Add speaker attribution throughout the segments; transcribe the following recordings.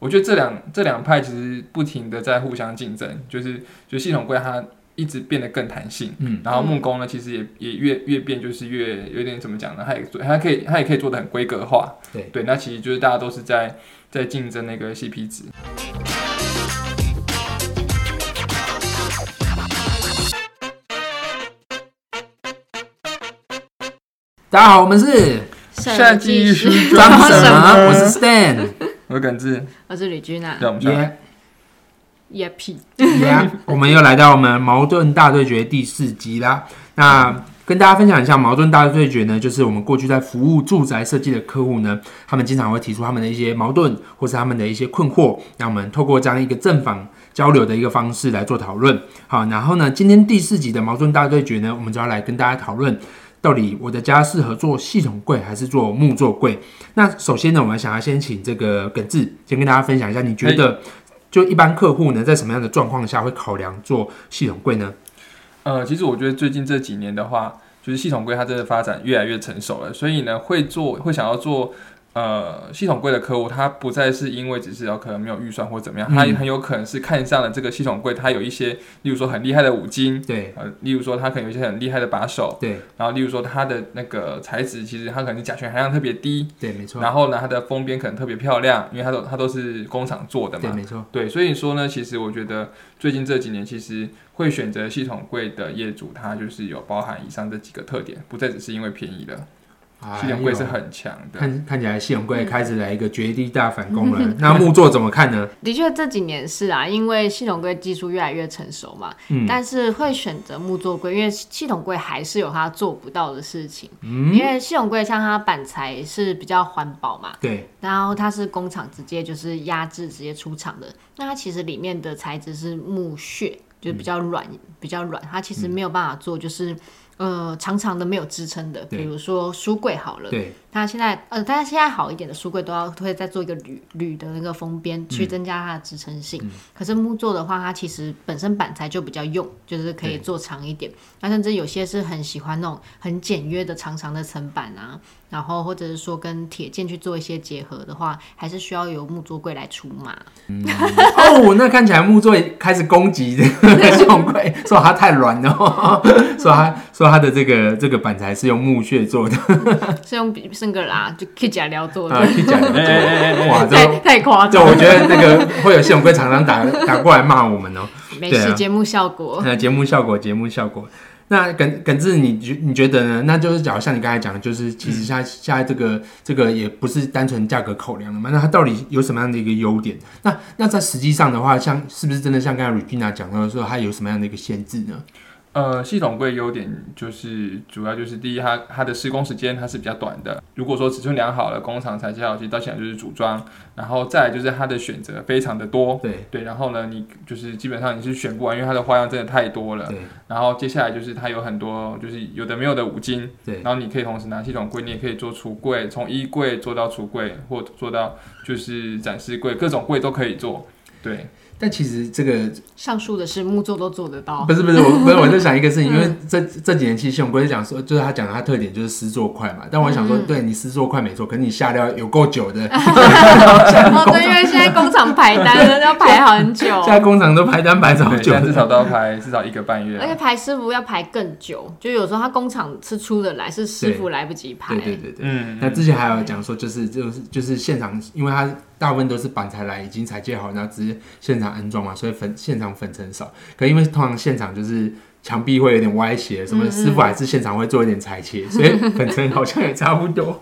Speaker 1: 我觉得这两这两派其实不停的在互相竞争，就是就系统柜它一直变得更弹性，
Speaker 2: 嗯，
Speaker 1: 然后木工呢其实也也越越变就是越有点怎么讲呢，它也做它可以它也可以做的很规格化，
Speaker 2: 对
Speaker 1: 对，那其实就是大家都是在在竞争那个 CP 值。
Speaker 2: 大家好，我们是
Speaker 1: 夏季艺术
Speaker 2: 张
Speaker 1: 装
Speaker 2: 什
Speaker 1: 什
Speaker 2: 么？
Speaker 1: 么
Speaker 2: 我是 Stan，
Speaker 1: 我是耿志，
Speaker 3: 我是李君娜，
Speaker 1: 让我们下来。
Speaker 2: 耶
Speaker 3: 也屁，
Speaker 2: 耶， 我们又来到我们矛盾大对决第四集啦。那跟大家分享一下矛盾大对决呢，就是我们过去在服务住宅设计的客户呢，他们经常会提出他们的一些矛盾或是他们的一些困惑，那我们透过这样一个正反交流的一个方式来做讨论。好，然后呢，今天第四集的矛盾大对决呢，我们就要来跟大家讨论。到底我的家适合做系统柜还是做木作柜？那首先呢，我们想要先请这个耿志先跟大家分享一下，你觉得就一般客户呢，在什么样的状况下会考量做系统柜呢？
Speaker 1: 呃，其实我觉得最近这几年的话，就是系统柜它真的发展越来越成熟了，所以呢，会做会想要做呃系统柜的客户，他不再是因为只是有可能没有预算或怎么样，他
Speaker 2: 嗯
Speaker 1: 很有可能是看上了这个系统柜，它有一些，例如说很厉害的五金。
Speaker 2: 对
Speaker 1: 呃，例如说它可能有一些很厉害的把手，
Speaker 2: 对
Speaker 1: 然后例如说它的那个材质，其实它可能是甲醛含量特别低，
Speaker 2: 对，没错，
Speaker 1: 然后呢它的封边可能特别漂亮，因为它都它都是工厂做的嘛
Speaker 2: 对，没错，
Speaker 1: 对，所以说呢，其实我觉得最近这几年，其实会选择系统柜的业主，他就是有包含以上这几个特点，不再只是因为便宜了，系统柜是
Speaker 2: 哎呦
Speaker 1: 很强的。
Speaker 2: 看看起来系统
Speaker 3: 嗯
Speaker 2: 柜开始来一个绝地大反攻 了。那木作怎么看呢？
Speaker 3: 的确这几年是啊，因为系统柜技术越来越成熟嘛，
Speaker 2: 嗯
Speaker 3: 但是会选择木作柜，因为系统柜还是有它做不到的事情，
Speaker 2: 嗯，
Speaker 3: 因为系统柜像它板材是比较环保嘛，
Speaker 2: 对
Speaker 3: 然后它是工厂直接就是压制直接出厂的，那它其实里面的材质是木屑，就
Speaker 2: 嗯
Speaker 3: 比较软，比较软，它其实没有办法做就是。呃，长长的没有支撑的，
Speaker 2: 对
Speaker 3: 比如说书柜好了，
Speaker 2: 对，
Speaker 3: 它现在呃，但是现在好一点的书柜都要会再做一个铝铝的那个封边，
Speaker 2: 嗯
Speaker 3: 去增加它的支撑性。可是木做的话，它其实本身板材就比较用，就是可以做长一点。那甚至有些是很喜欢那种很简约的长长的层板啊，然后或者是说跟铁件去做一些结合的话，还是需要由木做柜来出马。
Speaker 2: 哦，那看起来木作开始攻击 这个系统柜，说它太软了哦，说它说它的这个这个板材是用木屑做的，
Speaker 3: 是用比那个啦，就 K 甲料做
Speaker 2: 啊，
Speaker 3: 的，
Speaker 2: 去讲的，
Speaker 1: 哎哎哎哎哎
Speaker 2: 哇，这
Speaker 3: 太太夸
Speaker 2: 对，
Speaker 3: 张，
Speaker 2: 我觉得那个会有系统柜厂商打打过来骂我们哦、
Speaker 3: 没
Speaker 2: 对
Speaker 3: 事，
Speaker 2: 啊
Speaker 3: 节目效果。
Speaker 2: 那节目效果，节目效果。那耿耿志，你觉你觉得呢？那就是假如像你刚才讲的，就是其实现在现在这个这个也不是单纯价格考量的嘛。那它到底有什么样的一个优点？那那在实际上的话，像是不是真的像刚才 Regina 讲到的说，它有什么样的一个限制呢？
Speaker 1: 呃，系统柜优点就是主要就是第一，它它的施工时间它是比较短的。如果说尺寸量好了，工厂材质好，其实到现在就是组装，然后再来就是它的选择非常的多。
Speaker 2: 对
Speaker 1: 对，然后呢，你就是基本上你是选不完，因为它的花样真的太多了。
Speaker 2: 对
Speaker 1: 然后接下来就是它有很多就是有的没有的五金，
Speaker 2: 对，
Speaker 1: 然后你可以同时拿系统柜，你也可以做橱柜，从衣柜做到橱柜，或做到就是展示柜，各种柜都可以做。对，
Speaker 2: 但其实这个
Speaker 3: 上述的是木做都做得到，
Speaker 2: 不是不是，我不是我在想一个事 情，因为这这几年其实我们不是讲说，就是他讲他特点就是施作快嘛，但我想说，对你施作快没错，可是你下料有够久的，
Speaker 3: 哦，对，因为 现在工厂排单真的要排很久，
Speaker 2: 现在工厂都排单排这么
Speaker 1: 对，
Speaker 2: 久
Speaker 1: 现在，至少都要排至少一个半月
Speaker 3: 而
Speaker 1: 啊。
Speaker 3: 且排师傅要排更久，就有时候他工厂是出得来，是师傅来不及排
Speaker 2: 对。对对对。
Speaker 1: 嗯，
Speaker 2: 那之前还有讲说，就是就是就是现场，因为它大部分都是板材来已经裁切好，然后直接现场安装嘛，所以粉现场粉尘少。可因为通常现场就是墙壁会有点歪斜，什
Speaker 3: 嗯
Speaker 2: 么师傅还是现场会做一点裁切，所以粉尘好像也差不多，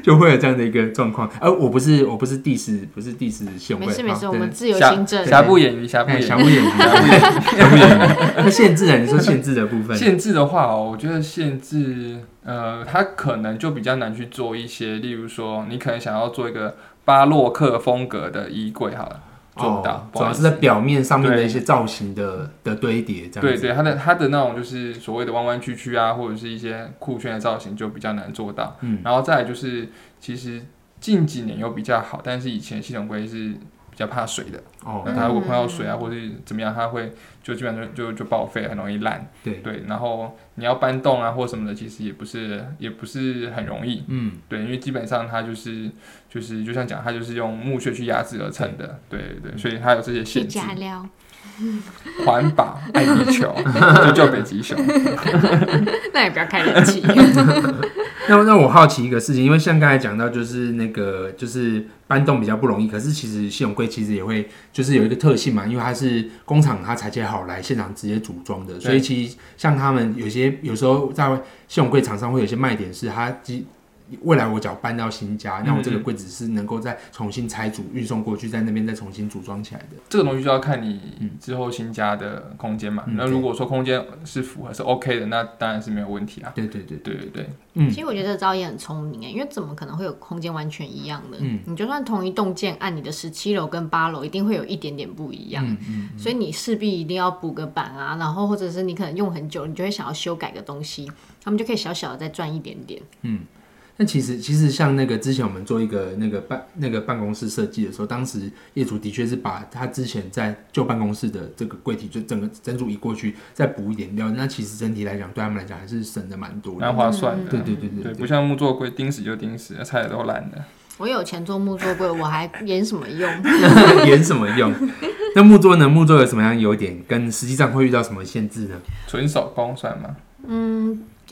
Speaker 2: 就会有这样的一个状况。而我不是我不是 diss 不是 diss 现
Speaker 3: 没
Speaker 2: 位，
Speaker 3: 事没事，
Speaker 2: 好
Speaker 3: 我们
Speaker 2: 对
Speaker 3: 自由
Speaker 1: 瑕
Speaker 3: 行政。
Speaker 1: 瑕不掩瑜，瑕不
Speaker 2: 哎
Speaker 1: 掩
Speaker 2: 瑕
Speaker 1: 瑜。
Speaker 2: 不掩瑜，瑕不掩瑜瑕不掩瑜。 那限制呢？你说限制的部分，
Speaker 1: 限制的话哦，我觉得限制，呃，它可能就比较难去做一些，例如说，你可能想要做一个巴洛克风格的衣柜，好了，做不到
Speaker 2: 哦，
Speaker 1: 不好
Speaker 2: 主
Speaker 1: 意
Speaker 2: 要是
Speaker 1: 思
Speaker 2: 在表面上面的
Speaker 1: 对
Speaker 2: 一些造型的的堆叠这样
Speaker 1: 对
Speaker 2: 子。
Speaker 1: 对，它的它的那种就是所谓的弯弯曲曲啊，或者是一些酷炫的造型就比较难做到。
Speaker 2: 嗯，
Speaker 1: 然后再来就是，其实近几年有比较好，但是以前系统柜是比较怕水的，
Speaker 2: 哦，
Speaker 1: 那它如果碰到水啊或者怎么样，它会就基本上就就就报废，很容易烂。
Speaker 2: 对，
Speaker 1: 对，然后你要搬动啊或什么的，其实也不是也不是很容易。
Speaker 2: 嗯，
Speaker 1: 对，因为基本上它就是就是就像讲，它就是用木屑去压制而成的。对对，所以它有这些
Speaker 3: 去
Speaker 1: 限制。
Speaker 3: 加料，
Speaker 1: 环保爱地球， 救救北极熊。
Speaker 3: 那也不要开冷气。
Speaker 2: 那那我好奇一个事情，因为像刚才讲到，就是那个就是搬动比较不容易，可是其实系统柜其实也会就是有一个特性嘛，因为它是工厂它裁切好来现场直接组装的，
Speaker 1: 对
Speaker 2: 所以其实像他们有些有时候在系统柜厂商会有些卖点是它即未来我只要搬到新家，那我
Speaker 1: 嗯
Speaker 2: 这个柜子是能够再重新拆组运送过去，在那边再重新组装起来的。
Speaker 1: 这个东西就要看你之后新家的空间嘛。
Speaker 2: 嗯
Speaker 1: 那如果说空间是符合是 OK 的，那当然是没有问题啊。
Speaker 2: 对对对，
Speaker 1: 对对对，
Speaker 2: 嗯
Speaker 3: 其实我觉得这招也很聪明哎，因为怎么可能会有空间完全一样的？
Speaker 2: 嗯
Speaker 3: 你就算同一栋建案，你的十七楼跟八楼一定会有一点点不一样，
Speaker 2: 嗯嗯，
Speaker 3: 所以你势必一定要补个板啊，然后或者是你可能用很久，你就会想要修改个东西，他们就可以小小的再赚一点点。
Speaker 2: 那其实其实像那个之前我们做一个那个办那个办公室设计的时候，当时业主的确是把他之前在旧办公室的这个柜体就整个整组移过去，再补一点料，那其实整体来讲对他们来讲还是省的蛮多
Speaker 1: 蛮
Speaker 2: 的。
Speaker 1: 划算的。啊
Speaker 2: 对对对对
Speaker 1: 对，不像木作柜钉死就钉死，菜也都烂了。
Speaker 3: 我有钱做木作柜，我还演什么用？
Speaker 2: 对， 演什么用？那木作呢？木作有什么样的优点？跟实际上会遇到什么限制呢？
Speaker 1: 纯手工算吗？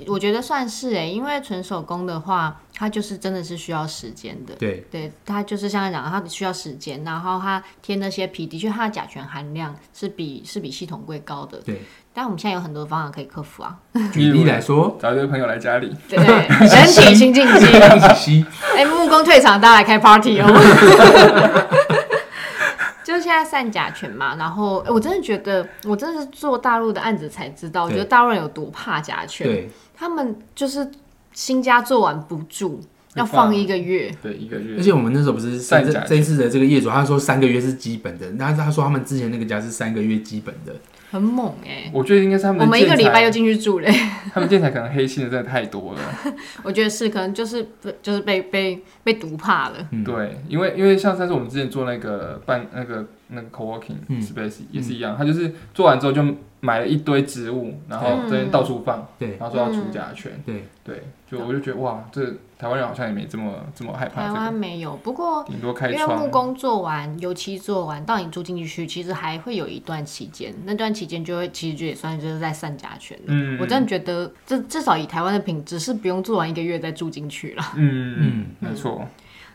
Speaker 3: 我觉得算是哎，因为纯手工的话，它就是真的是需要时间的。
Speaker 2: 对，
Speaker 3: 对，它就是像讲，它需要时间，然后它贴那些皮，的确它的甲醛含量是比是比系统柜高的。
Speaker 2: 对，
Speaker 3: 但我们现在有很多方法可以克服啊。
Speaker 2: 举例 来说，
Speaker 1: 找一堆朋友来家里，
Speaker 3: 对，身体清净 心。
Speaker 2: 一起吸，
Speaker 3: 哎、木工退场，大家来开 party 哦。 就现在散甲醛嘛，然后、哎我真的觉得，我真的是做大陆的案子才知道，我
Speaker 2: 对
Speaker 3: 觉得大陆人有多怕甲醛。
Speaker 2: 对，
Speaker 3: 他们就是新家做完不住，要
Speaker 1: 会放
Speaker 3: 放一个月。
Speaker 1: 对，一个
Speaker 2: 而
Speaker 1: 月。
Speaker 2: 且我们那时候不是这
Speaker 1: 散甲
Speaker 2: 这一次的这个业主，他说三个月是基本的，那他说他们之前那个家是三个月基本的，
Speaker 3: 很猛哎、
Speaker 1: 我觉得应该是他们的
Speaker 3: 我们一个
Speaker 1: 建材啊
Speaker 3: 礼拜就进去住了、
Speaker 1: 他们建材可能黑心的真的太多了。
Speaker 3: 我觉得是，可能就是被就是被被被毒怕了。
Speaker 2: 嗯
Speaker 1: 对，因为因为像上次我们之前做那个办那个那个 co-working
Speaker 2: 嗯
Speaker 1: space、也是一样，他就是做完之后就买了一堆植物，然后
Speaker 3: 嗯
Speaker 1: 这边到处放，
Speaker 2: 对
Speaker 1: 然后说要除甲醛，
Speaker 2: 对。
Speaker 1: 对，就我就觉得哇，这台湾人好像也没这么这么害怕
Speaker 3: 嗯台
Speaker 1: 这个，
Speaker 3: 湾没有，不过
Speaker 1: 顶多开
Speaker 3: 因为木
Speaker 1: 窗。
Speaker 3: 工做完、油漆做完，到你住进去，其实还会有一段期间，那段期间就会其实就也算就是在散甲醛了。
Speaker 1: 嗯
Speaker 3: 我真的觉得，这至少以台湾的品质是不用做完一个月再住进去了。
Speaker 1: 嗯嗯，没错，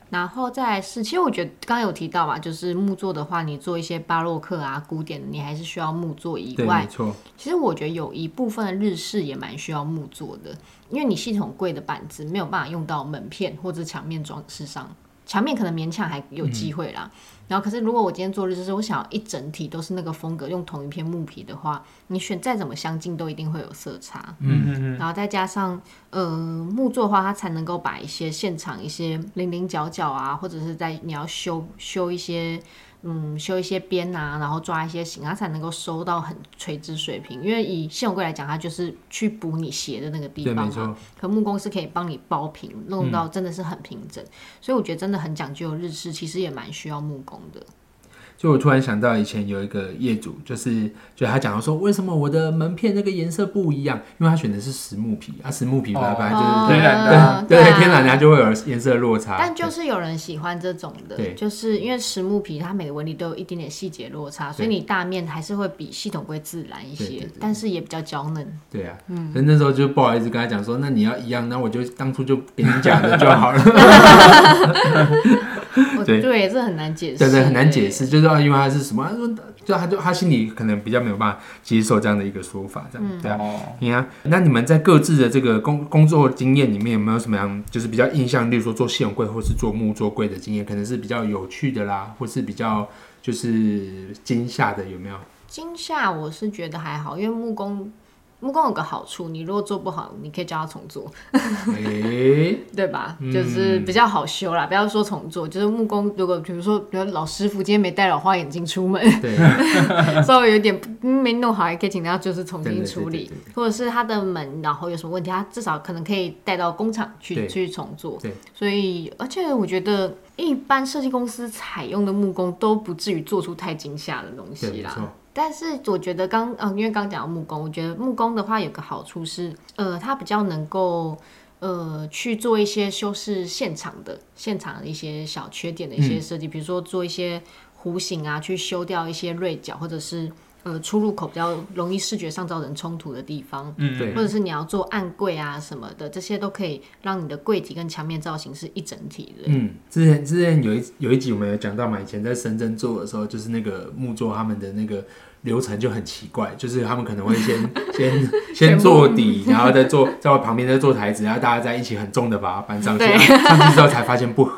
Speaker 3: 然后再来是，其实我觉得刚刚有提到嘛，就是木作的话，你做一些巴洛克啊、古典的，你还是需要木作以
Speaker 2: 对，
Speaker 3: 外
Speaker 2: 没，错，
Speaker 3: 其实我觉得有一部分的日式也蛮需要木做的，因为你系统柜的板子没有办法用到门片或者墙面装饰上，墙面可能勉强还有机会啦。然后，可是如果我今天做日式，我想要一整体都是那个风格，用同一片木皮的话，你选再怎么相近，都一定会有色差。
Speaker 1: 嗯嗯嗯，
Speaker 3: 然后再加上
Speaker 2: 嗯
Speaker 3: 呃木作的话，它才能够把一些现场一些零零角角啊，或者是在你要修修一些嗯修一些边啊，然后抓一些形，它才能够收到很垂直水平。因为以系统柜来讲，它就是去补你斜的那个地
Speaker 2: 对，
Speaker 3: 方
Speaker 2: 没
Speaker 3: 嘛。
Speaker 2: 错，嗯
Speaker 3: 可木工是可以帮你包平，弄到真的是很平整。所以我觉得真的很讲究日式，其实也蛮需要木工的。
Speaker 2: 就我突然想到以前有一个业主，就是就他讲到说，为什么我的门片那个颜色不一样？因为他选的是实木皮，啊，实木皮本来
Speaker 1: 哦
Speaker 2: 本来
Speaker 3: 哦
Speaker 2: 就是
Speaker 1: 天然的啊
Speaker 2: 对
Speaker 3: 对
Speaker 2: 对
Speaker 3: 啊
Speaker 2: 天然的它就会有颜色落差，
Speaker 3: 但就是有人喜欢这种
Speaker 2: 啊对
Speaker 3: 的，就是因为实木皮它每个纹理都有一点点细节落差，所以你大面还是会比系统会自然一
Speaker 2: 对对
Speaker 3: 些
Speaker 2: 对，
Speaker 3: 但是也比较娇 嫩。
Speaker 2: 对啊，
Speaker 3: 嗯
Speaker 2: 所以那时候就不好意思跟他讲说，那你要一样，那我就当初就给你讲的就好 了，
Speaker 3: 哦
Speaker 2: 对
Speaker 3: 对，这很难解释，
Speaker 2: 对对，很难解。释，就是啊因为他是什么，他说就他就他心里可能比较没有办法接受这样的一个说法，这样、
Speaker 3: 嗯
Speaker 2: 对啊。
Speaker 1: 哦，
Speaker 2: 你看，那你们在各自的这个工工作经验里面，有没有什么样就是比较印象，例如说做系统柜或是做木作柜的经验，可能是比较有趣的啦，或是比较就是惊吓的，有没有？
Speaker 3: 惊吓我是觉得还好，因为木工木工有个好处，你如果做不好，你可以叫他重做，
Speaker 2: 诶、
Speaker 3: 对吧？
Speaker 2: 嗯
Speaker 3: 就是比较好修啦，不要说重做。就是木工，如果比如说，比如老师傅今天没戴老花眼镜出门，
Speaker 2: 对，
Speaker 3: 稍微有点不没弄好，也可以请他就是重
Speaker 2: 对对
Speaker 3: 新
Speaker 2: 对
Speaker 3: 处
Speaker 2: 对
Speaker 3: 理
Speaker 2: 对，
Speaker 3: 或者是他的门然后有什么问题，他至少可能可以带到工厂去
Speaker 2: 对
Speaker 3: 去重做。
Speaker 2: 对，
Speaker 3: 所以而且我觉得一般设计公司采用的木工都不至于做出太惊吓的东
Speaker 2: 对，
Speaker 3: 西
Speaker 2: 没
Speaker 3: 啦。
Speaker 2: 错，
Speaker 3: 但是我觉得刚嗯、因为刚讲到木工，我觉得木工的话有个好处是，呃，它比较能够呃去做一些修饰现场的现场的一些小缺点的一些设计，比如说做一些弧形啊，去修掉一些锐角，或者是呃出入口比较容易视觉上造成冲突的地方。
Speaker 1: 嗯，
Speaker 2: 对
Speaker 3: 或者是你要做暗柜啊什么的，这些都可以让你的柜体跟墙面造型是一整 体的。
Speaker 2: 嗯，之前之前有一有一集我们有讲到嘛，以前在深圳做的时候，就是那个木作他们的那个流程就很奇怪，就是他们可能会先先先做底，然后再做在旁边再做台子，然后大家再一起很重的把它搬上去，
Speaker 3: 对
Speaker 2: 上去之后才发现不合，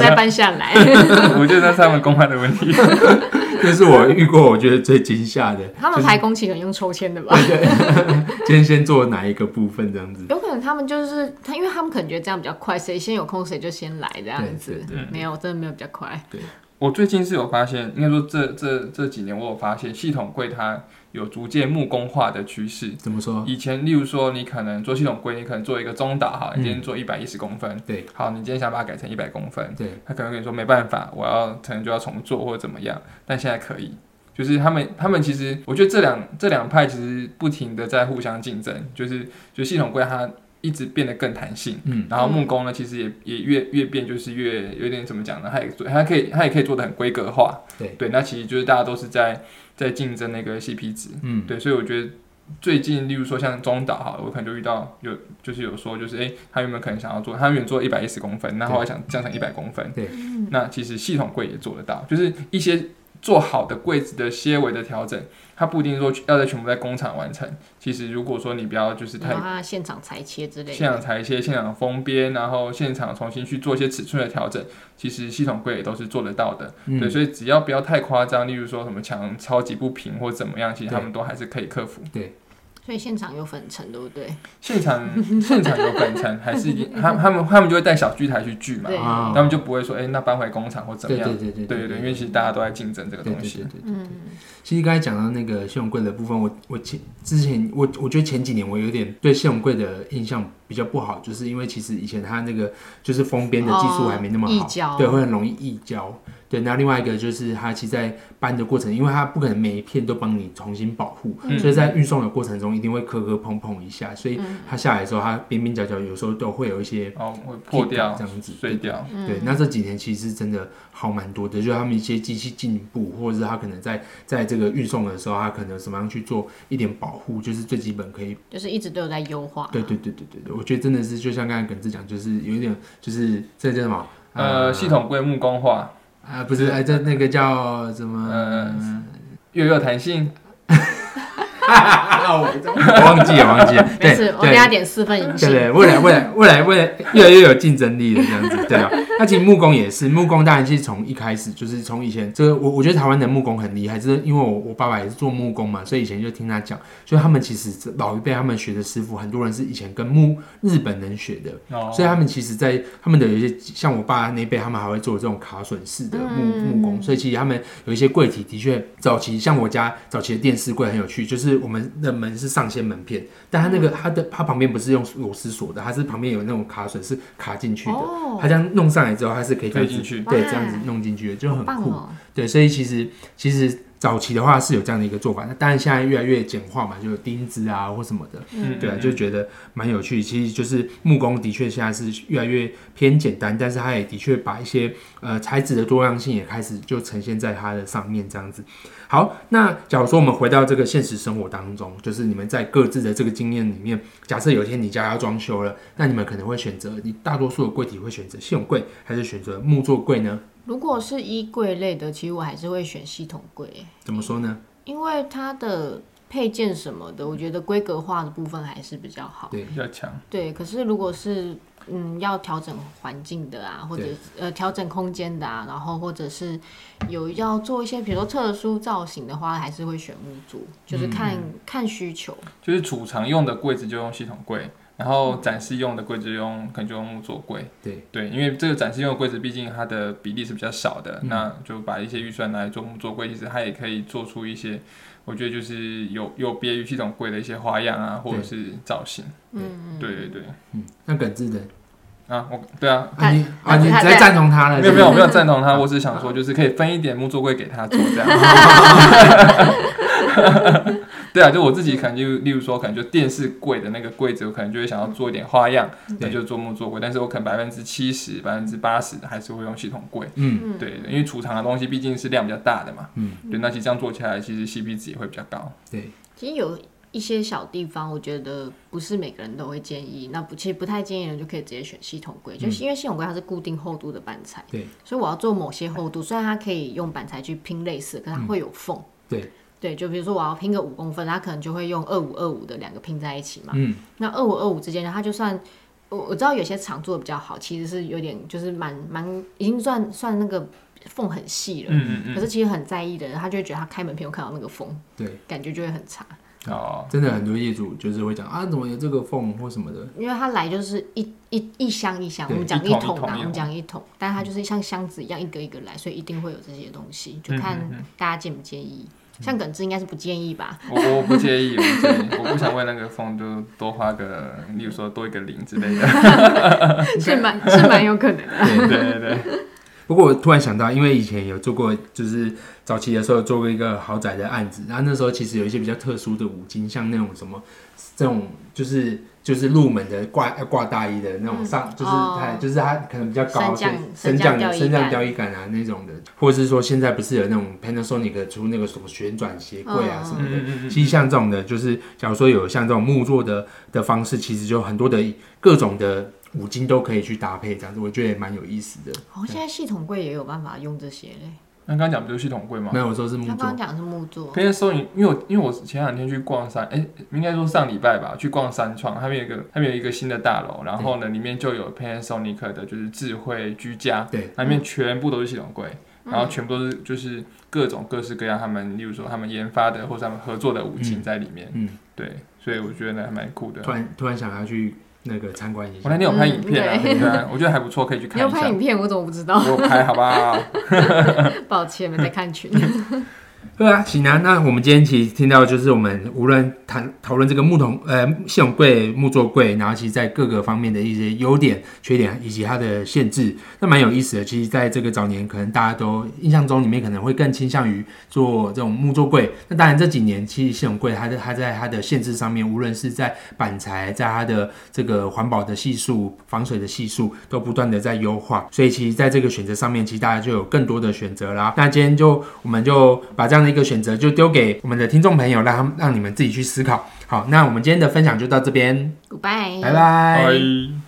Speaker 3: 再搬下来，
Speaker 1: 嗯我觉得那是他们公办的问题。
Speaker 2: 这是我遇过我觉得最惊吓的。
Speaker 3: 他们排工期可能用抽签的吧？
Speaker 2: 今天 先做哪一个部分这样子？
Speaker 3: 有可能他们就是他，因为他们可能觉得这样比较快，谁先有空谁就先来这样子。
Speaker 2: 对
Speaker 3: 没有，真的没有比较快。
Speaker 1: 我最近是有发现，应该说这这这几年我有发现，系统柜它有逐渐木工化的趋势。
Speaker 2: 怎么说？
Speaker 1: 以前，例如说你可能做系统柜，你可能做一个中岛，好，你今天做一百一十公分，
Speaker 2: 对，
Speaker 1: 好，你今天想把它改成一百公分，
Speaker 2: 对，
Speaker 1: 他可能跟你说没办法，我要可能就要重做或者怎么样，但现在可以。就是他们，他们其实，我觉得这两这两派其实不停的在互相竞争，就是就系统柜它一直变得更弹性，
Speaker 2: 嗯，
Speaker 1: 然后木工呢，其实也也越越变就是越有点怎么讲呢？它也做，它可以它也可以做的很规格化，
Speaker 2: 对
Speaker 1: 对，那其实就是大家都是在在竞争那个 CP 值，
Speaker 2: 嗯，
Speaker 1: 对，所以我觉得最近，例如说像中岛哈，我可能就遇到有就是有说就是诶，他原本可能想要做，他原本做一百一十公分，然后我想降成一百公分，
Speaker 2: 对，
Speaker 1: 那其实系统柜也做得到，就是一些做好的柜子的些微的调整，它不一定说要在全部在工厂完成，其实如果说你不要就是太
Speaker 3: 然后他现场裁切之类
Speaker 1: 现
Speaker 3: 的，
Speaker 1: 场裁切、现场封边，然后现场重新去做一些尺寸的调整，其实系统柜也都是做得到的。
Speaker 2: 嗯
Speaker 1: 对，所以只要不要太夸张，例如说什么墙超级不平或怎么样，其实
Speaker 2: 对
Speaker 1: 他们都还是可以克服。
Speaker 3: 所以现场有粉尘，对不对？
Speaker 1: 现场现场有粉尘，还是一 定他他们他们就会带小锯台去锯嘛，
Speaker 3: 对
Speaker 2: 啊
Speaker 1: 他们就不会说哎、那搬回工厂或怎么
Speaker 2: 对
Speaker 1: 样
Speaker 2: 对。对对
Speaker 1: 对对对，因为其实大家都在竞争这个
Speaker 2: 对
Speaker 1: 东
Speaker 2: 对对
Speaker 1: 西。
Speaker 2: 对。
Speaker 3: 嗯，
Speaker 2: 其实刚才讲到那个谢永贵的部分，我我前之前我我觉得前几年我有点对谢永贵的印象比较不好，就是因为其实以前他那个就是封边的技术还没那么
Speaker 3: 哦
Speaker 2: 好，
Speaker 3: 溢胶
Speaker 2: 对，会很容易溢胶。对，那另外一个就是他其实在搬的过程，因为他不可能每一片都帮你重新保护，
Speaker 1: 嗯
Speaker 2: 所以在运送的过程中一定会磕磕碰碰一下，所以他下来的时候，他边边角角有时候都会有一些
Speaker 1: 哦，会破掉
Speaker 2: 这、样子，
Speaker 1: 碎掉。
Speaker 3: 嗯
Speaker 2: 对，那这几年其实真的好蛮多的，就是他们一些机器进步，或者是他可能在在这个运送的时候，他可能怎么样去做一点保护，就是最基本可以。
Speaker 3: 就是一直都有在优化。
Speaker 2: 对对对对对对，我觉得真的是就像刚才耿志讲，就是有一点就是这叫什么？嗯
Speaker 1: 呃，系统柜木工化，
Speaker 2: 啊，不是，哎，这那个叫什么？
Speaker 1: 呃又有弹性，
Speaker 2: 啊，我忘记了，忘记了。
Speaker 3: 没
Speaker 2: 对
Speaker 3: 事，我
Speaker 2: 对
Speaker 3: 给他点四分银
Speaker 2: 对
Speaker 3: 杏。
Speaker 2: 对，未来未来未来未来越来越有竞争力了，这样子，对啊。那其实木工也是，木工当然是从一开始就是从以前这个，我我觉得台湾的木工很厉害，就是因为我我爸爸也是做木工嘛，所以以前就听他讲，就他们其实老一辈他们学的师傅，很多人是以前跟木日本人学的，
Speaker 1: 哦，
Speaker 2: 所以他们其实在，他们的有一些像我爸那辈，他们还会做这种卡榫式的木、
Speaker 3: 嗯
Speaker 2: 木工，所以其实他们有一些柜体的确早期，像我家早期的电视柜很有趣，就是我们的门是上掀门片，但它那个
Speaker 3: 嗯
Speaker 2: 它的它旁边不是用螺丝锁的，它是旁边有那种卡榫是卡进去的，
Speaker 3: 哦
Speaker 2: 它这样弄上来之后，它是可以这
Speaker 1: 推
Speaker 2: 样
Speaker 1: 进
Speaker 2: 子
Speaker 1: 去
Speaker 2: 对，
Speaker 3: 哇
Speaker 2: 这样子弄进去的，就很
Speaker 3: 好棒
Speaker 2: 酷。
Speaker 3: 哦！
Speaker 2: 对，所以其实其实早期的话是有这样的一个做法，那当然现在越来越简化嘛，就有钉子啊或什么的，
Speaker 1: 嗯
Speaker 2: 对啊，
Speaker 1: 嗯
Speaker 2: 就觉得蛮有趣。其实就是木工的确现在是越来越偏简单，但是它也的确把一些呃材质的多样性也开始就呈现在它的上面这样子。好，那假如说我们回到这个现实生活当中，就是你们在各自的这个经验里面，假设有一天你家要装修了，那你们可能会选择，你大多数的柜体会选择系统柜还是选择木作柜呢？
Speaker 3: 如果是衣柜类的，其实我还是会选系统柜，
Speaker 2: 怎么说呢？
Speaker 3: 因为它的配
Speaker 1: 哦
Speaker 3: 件什么的，我觉得规格化的部分还是比较好。
Speaker 1: 比较强。
Speaker 3: 对，可是如果是嗯要调整环境的啊，或者
Speaker 2: 对
Speaker 3: 呃调整空间的啊，然后或者是有要做一些比如说特殊造型的话，还是会选木柱，就是看、看需求。
Speaker 1: 就是储藏用的柜子就用系统柜，然后
Speaker 2: 嗯
Speaker 1: 展示用的柜子就用可能就用木作柜。
Speaker 2: 对
Speaker 1: 对，因为这个展示用的柜子毕竟它的比例是比较少的，那就把一些预算拿来做木作柜，其实它也可以做出一些，我觉得就是有有别于系统柜的一些花样啊，或者是造型。嗯，对对对。
Speaker 2: 嗯，那耿志的
Speaker 1: 啊，我对啊，
Speaker 2: 啊你啊
Speaker 3: 他
Speaker 2: 你
Speaker 3: 他
Speaker 2: 直接赞同他了，
Speaker 1: 没有
Speaker 2: 是
Speaker 1: 没
Speaker 2: 不是
Speaker 1: 有我没有赞同他，我只是想说，就是可以分一点木作柜给他做这样。 对啊，就我自己可能就例如说，可能就电视柜的那个柜子，我可能就会想要做一点花样，那就做木作柜。但是我可能百分之七十、百分之八十还是会用系统柜。
Speaker 2: 嗯，
Speaker 3: 嗯，
Speaker 1: 对，因为储藏的东西毕竟是量比较大的嘛。
Speaker 2: 嗯，
Speaker 1: 对，那其实这样做起来，其实 CP 值也会比较高。
Speaker 2: 对，
Speaker 3: 其实有一些小地方，我觉得不是每个人都会建议。那不，其实不太建议人就可以直接选系统柜，就是因为系统柜它是固定厚度的板材，
Speaker 2: 对，
Speaker 3: 所以我要做某些厚度，虽然它可以用板材去拼类似，可是它会有缝。
Speaker 2: 对
Speaker 3: 对，就比如说我要拼个五公分，它可能就会用二五二五的两个拼在一起嘛。
Speaker 2: 嗯，
Speaker 3: 那二五二五之间，它就算我我知道有些厂做的比较好，其实是有点就是蛮蛮已经算算那个缝很细了。
Speaker 1: 嗯嗯
Speaker 3: 可是其实很在意的人，他就会觉得他开门没有看到那个缝，
Speaker 2: 对，
Speaker 3: 感觉就会很差。
Speaker 1: 嗯。哦，
Speaker 2: 真的很多业主就是会讲啊，怎么有这个缝或什么的，
Speaker 3: 因为它来就是一一一箱一箱，
Speaker 2: 对
Speaker 3: 我们讲
Speaker 1: 一桶一
Speaker 3: 桶
Speaker 1: 桶嗯一
Speaker 3: 啊，我们
Speaker 1: 桶
Speaker 3: 讲一桶，但它就是像箱子一样一个一个来，所以一定会有这些东西，
Speaker 1: 嗯
Speaker 3: 就看大家介不介意。像耿志应该是不建议 吧？
Speaker 1: 我我不介意，我不介意，我不想为那个缝就多花个，例如说多一个零之类的。
Speaker 3: 是蛮 是蛮有可能的。
Speaker 1: 对对对。
Speaker 2: 不过我突然想到，因为以前有做过，就是早期的时候有做过一个豪宅的案子，然后那时候其实有一些比较特殊的五金，像那种什么这种就是就是入门的挂呃挂大衣的那种上，就是
Speaker 3: 哦
Speaker 2: 它、就是它可能比较高，
Speaker 3: 升降
Speaker 2: 升
Speaker 3: 升
Speaker 2: 降
Speaker 3: 降
Speaker 2: 的升
Speaker 3: 吊衣杆
Speaker 2: 降吊衣杆啊那种的，或者是说现在不是有那种 Panasonic 出那个什么旋转鞋柜啊
Speaker 3: 嗯
Speaker 2: 什么的，
Speaker 1: 嗯嗯嗯。
Speaker 2: 其实像这种的，就是假如说有像这种木做的的方式，其实就很多的各种的五金都可以去搭配，这样子我觉得也蛮有意思的。
Speaker 3: 好像哦现在系统柜也有办法用这些嘞。
Speaker 1: 那刚刚讲不就是系统柜吗
Speaker 2: 没？有，我说是木
Speaker 3: 他
Speaker 2: 做
Speaker 3: 刚刚。讲的是木座，
Speaker 1: Panasonic，因为我因为我前两天去逛三，哎、应该说上礼拜吧，去逛三创，他们有一个他们有一个新的大楼，然后呢，里面就有 Panasonic 的就是智慧居家，
Speaker 2: 对，
Speaker 1: 那里面全部都是系统柜，
Speaker 3: 嗯
Speaker 1: 然后全部都是就是各种各式各样他们，例如说他们研发的或者他们合作的武器在里面，
Speaker 2: 嗯，
Speaker 1: 对，所以我觉得还蛮酷的
Speaker 2: 突。然突然想要去那个参观一
Speaker 1: 啊我那
Speaker 2: 下。
Speaker 1: 天有拍影片啊，
Speaker 3: 嗯
Speaker 1: 对啊，我觉得还不错，可以去
Speaker 3: 你
Speaker 1: 看
Speaker 3: 有
Speaker 1: 一
Speaker 3: 拍
Speaker 1: 下。
Speaker 3: 影片，我哦怎么不知道？
Speaker 1: 我有拍好不 好？
Speaker 3: 抱歉，没在 看群。
Speaker 2: 对啊，行啊。那我们今天其实听到就是我们无论谈讨论这个木桶呃系统柜、木作柜，然后其实在各个方面的一些优点、缺点以及它的限制，那蛮有意思的。其实在这个早年，可能大家都印象中里面可能会更倾向于做这种木作柜。那当然这几年其实系统柜它的它在它的限制上面，无论是在板材，在它的这个环保的系数、防水的系数都不断的在优化，所以其实在这个选择上面，其实大家就有更多的选择啦。那今天就我们就把这样的一个选择就丢给我们的听众朋友，让他们让你们自己去思考。好，那我们今天的分享就到这边，
Speaker 3: 哎 Goodbye。
Speaker 2: 拜拜。
Speaker 1: 哎